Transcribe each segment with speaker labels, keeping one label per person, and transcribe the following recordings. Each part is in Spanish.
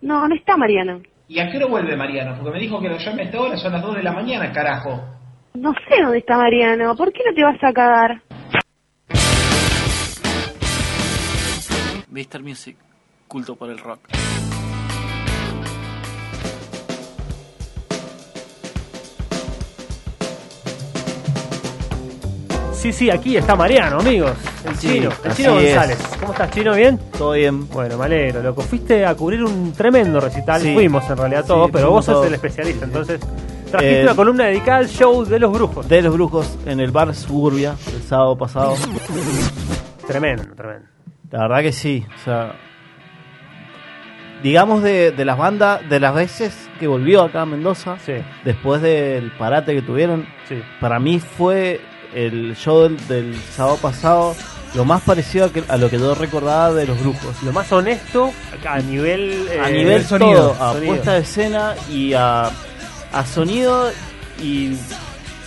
Speaker 1: No, no está Mariano.
Speaker 2: ¿Y a qué hora vuelve Mariano? Porque me dijo que lo llame a esta hora, son las 2 de la mañana, carajo.
Speaker 1: No sé dónde está Mariano. ¿Por qué no te vas a cagar?
Speaker 3: Mr. Music, culto por el rock.
Speaker 4: Sí, sí, aquí está Mariano, amigos. El
Speaker 5: Sí,
Speaker 4: chino, el
Speaker 5: así
Speaker 4: chino
Speaker 5: es.
Speaker 4: González. ¿Cómo estás, chino? ¿Bien?
Speaker 5: Todo bien.
Speaker 4: Bueno, me alegro, loco. Fuiste a cubrir un tremendo recital.
Speaker 5: Sí.
Speaker 4: Fuimos en realidad
Speaker 5: Sí,
Speaker 4: todos, pero
Speaker 5: fuimos
Speaker 4: vos sos
Speaker 5: todos.
Speaker 4: el especialista. Entonces, trajiste
Speaker 5: Eh,
Speaker 4: una columna dedicada al show de los brujos.
Speaker 5: De los brujos en el bar Suburbia el sábado pasado.
Speaker 4: Tremendo, tremendo.
Speaker 5: La verdad que sí. O sea, digamos de, de las bandas, de las veces que volvió acá a Mendoza,
Speaker 4: Sí,
Speaker 5: después del parate que tuvieron,
Speaker 4: sí.
Speaker 5: para mí fue el show del, del sábado pasado lo más parecido a, que- a lo que yo recordaba de los brujos.
Speaker 4: Lo más honesto a nivel.
Speaker 5: a
Speaker 4: eh,
Speaker 5: nivel
Speaker 4: sonido,
Speaker 5: sonido, a
Speaker 4: sonido.
Speaker 5: puesta de escena y a, a sonido y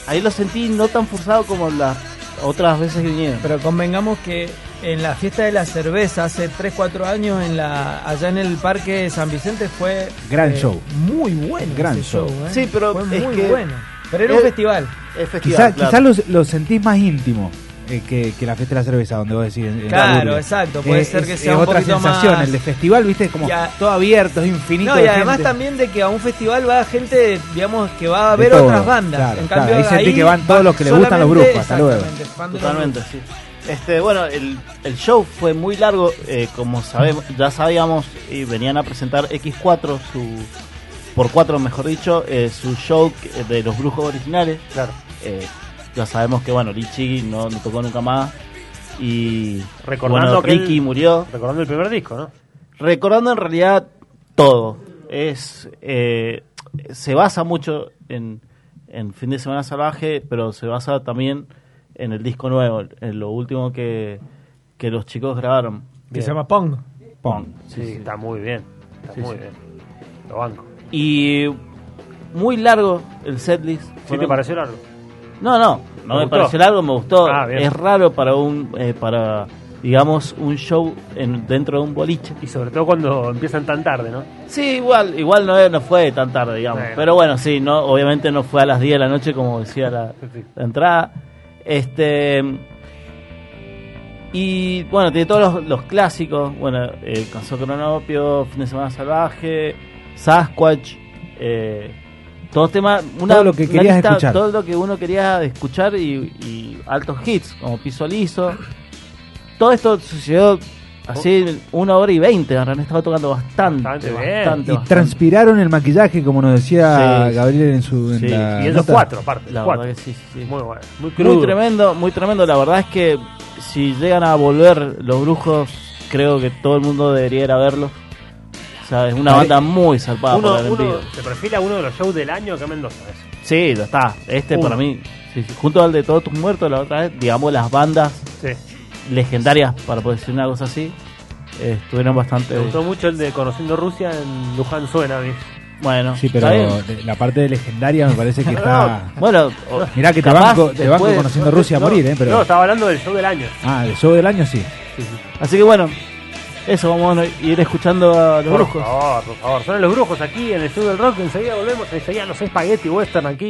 Speaker 5: ahí lo sentí no tan forzado como las otras veces que vinieron.
Speaker 6: Pero convengamos que en la fiesta de la cerveza hace 3, 4 años en la allá en el Parque San Vicente fue eh,
Speaker 7: Gran show.
Speaker 6: Muy bueno
Speaker 7: Gran
Speaker 6: ese
Speaker 7: show.
Speaker 6: ¿eh?
Speaker 5: Sí, pero
Speaker 6: fue
Speaker 5: es
Speaker 6: muy
Speaker 5: que-
Speaker 6: bueno. Pero era un
Speaker 5: Eh,
Speaker 6: festival.
Speaker 5: Es festival,
Speaker 7: Quizás
Speaker 5: claro.
Speaker 7: lo, sentís más íntimo eh, que, que la fiesta de la cerveza, donde vos decís. en- en
Speaker 6: Claro,
Speaker 7: Suburbia.
Speaker 6: exacto, puede ser que sea un
Speaker 7: otra
Speaker 6: poquito
Speaker 7: sensación.
Speaker 6: más-
Speaker 7: El de festival, viste, es como
Speaker 6: Y a-
Speaker 7: todo abierto, es infinito.
Speaker 6: No, y
Speaker 7: de
Speaker 6: además
Speaker 7: gente.
Speaker 6: también de que a un festival va gente, digamos, que va a
Speaker 7: De
Speaker 6: ver
Speaker 7: todo,
Speaker 6: otras bandas.
Speaker 7: claro,
Speaker 6: en cambio,
Speaker 7: claro, ahí sentí
Speaker 6: ahí
Speaker 7: que van todos los que les
Speaker 6: solamente-
Speaker 7: gustan los grupos, hasta luego.
Speaker 6: exactamente, fan de los
Speaker 5: Totalmente, sí. Este, bueno, el, el show fue muy largo, eh, como sabemos, ya sabíamos, y venían a presentar X4, su por 4 mejor dicho, eh, su show que- de los brujos originales.
Speaker 4: Claro.
Speaker 5: Eh, ya sabemos que, bueno, Richie no, no tocó nunca más. Y
Speaker 4: Recordando
Speaker 5: bueno,
Speaker 4: que
Speaker 5: Ricky
Speaker 4: él-
Speaker 5: murió.
Speaker 4: Recordando el primer disco, ¿no?
Speaker 5: Recordando en realidad todo. Es eh, se basa mucho en, en Fin de Semana Salvaje, pero se basa también en el disco nuevo, en lo último que, que los chicos grabaron.
Speaker 6: Que se llama Pong.
Speaker 7: Pong.
Speaker 4: Sí, está muy bien. Está
Speaker 5: Sí,
Speaker 4: muy
Speaker 5: sí.
Speaker 4: bien. Lo banco.
Speaker 5: Y muy largo el setlist.
Speaker 4: ¿Sí te
Speaker 5: Fueron-
Speaker 4: pareció largo?
Speaker 5: No, no, no
Speaker 4: ¿Te
Speaker 5: me
Speaker 4: gustó?
Speaker 5: pareció largo, me gustó.
Speaker 4: Ah, bien.
Speaker 5: es raro para un eh, para digamos un show en, dentro de un boliche.
Speaker 4: Y sobre todo cuando empiezan tan tarde, ¿no?
Speaker 5: Sí, igual, igual no, no fue tan tarde, digamos.
Speaker 4: Bueno.
Speaker 5: Pero bueno, sí, no, obviamente no fue a las 10 de la noche como decía la,
Speaker 4: Sí.
Speaker 5: la entrada. Este y bueno, tiene todos los, los clásicos, bueno, eh, Canción Cronopio, Fin de Semana Salvaje, Sasquatch, eh, todos temas, una,
Speaker 7: Todo lo que
Speaker 5: una
Speaker 7: querías escuchar.
Speaker 5: todo lo que uno quería escuchar y, y altos hits como Piso Liso. Todo esto sucedió así una hora y veinte, han estado tocando bastante,
Speaker 4: Bastante
Speaker 5: bastante,
Speaker 4: bien.
Speaker 5: bastante,
Speaker 7: Y transpiraron el maquillaje, como nos decía
Speaker 5: Sí.
Speaker 7: Gabriel en su. en
Speaker 5: Sí.
Speaker 7: la
Speaker 4: y esos
Speaker 7: nota.
Speaker 4: cuatro, aparte.
Speaker 5: La
Speaker 4: cuatro.
Speaker 5: verdad que sí, sí, sí.
Speaker 4: Muy bueno. Muy crudo.
Speaker 5: Muy tremendo, muy tremendo. La verdad es que si llegan a volver los brujos, creo que todo el mundo debería ir a verlos. O sea, es una
Speaker 7: Vale.
Speaker 5: banda muy zarpada
Speaker 4: Uno,
Speaker 5: por el
Speaker 4: uno-
Speaker 5: envío.
Speaker 4: se perfila uno de los shows del año acá en Mendoza. eso.
Speaker 5: Sí, lo está. Este
Speaker 4: Uno.
Speaker 5: para mí, sí, sí. junto al de Todos tus muertos, la otra vez, digamos, las bandas
Speaker 4: Sí.
Speaker 5: legendarias, para poder decir una cosa así, eh, estuvieron bastante.
Speaker 4: Me gustó mucho el de Conociendo Rusia en Luján Suena. ¿viste?
Speaker 5: Bueno,
Speaker 7: Sí, pero
Speaker 5: está bien.
Speaker 7: de- la parte de legendaria me parece que está.
Speaker 5: Bueno, o-
Speaker 7: Mirá que te
Speaker 5: capaz
Speaker 7: banco, te banco
Speaker 5: después-
Speaker 7: conociendo Rusia a morir, ¿eh? Pero,
Speaker 4: No, estaba hablando del show del año.
Speaker 7: Ah, el show del año sí.
Speaker 5: Así que bueno, eso vamos a ir escuchando a los
Speaker 4: Por
Speaker 5: brujos.
Speaker 4: favor, por favor. Son los brujos aquí en el show del rock. Enseguida volvemos. Enseguida los espagueti western aquí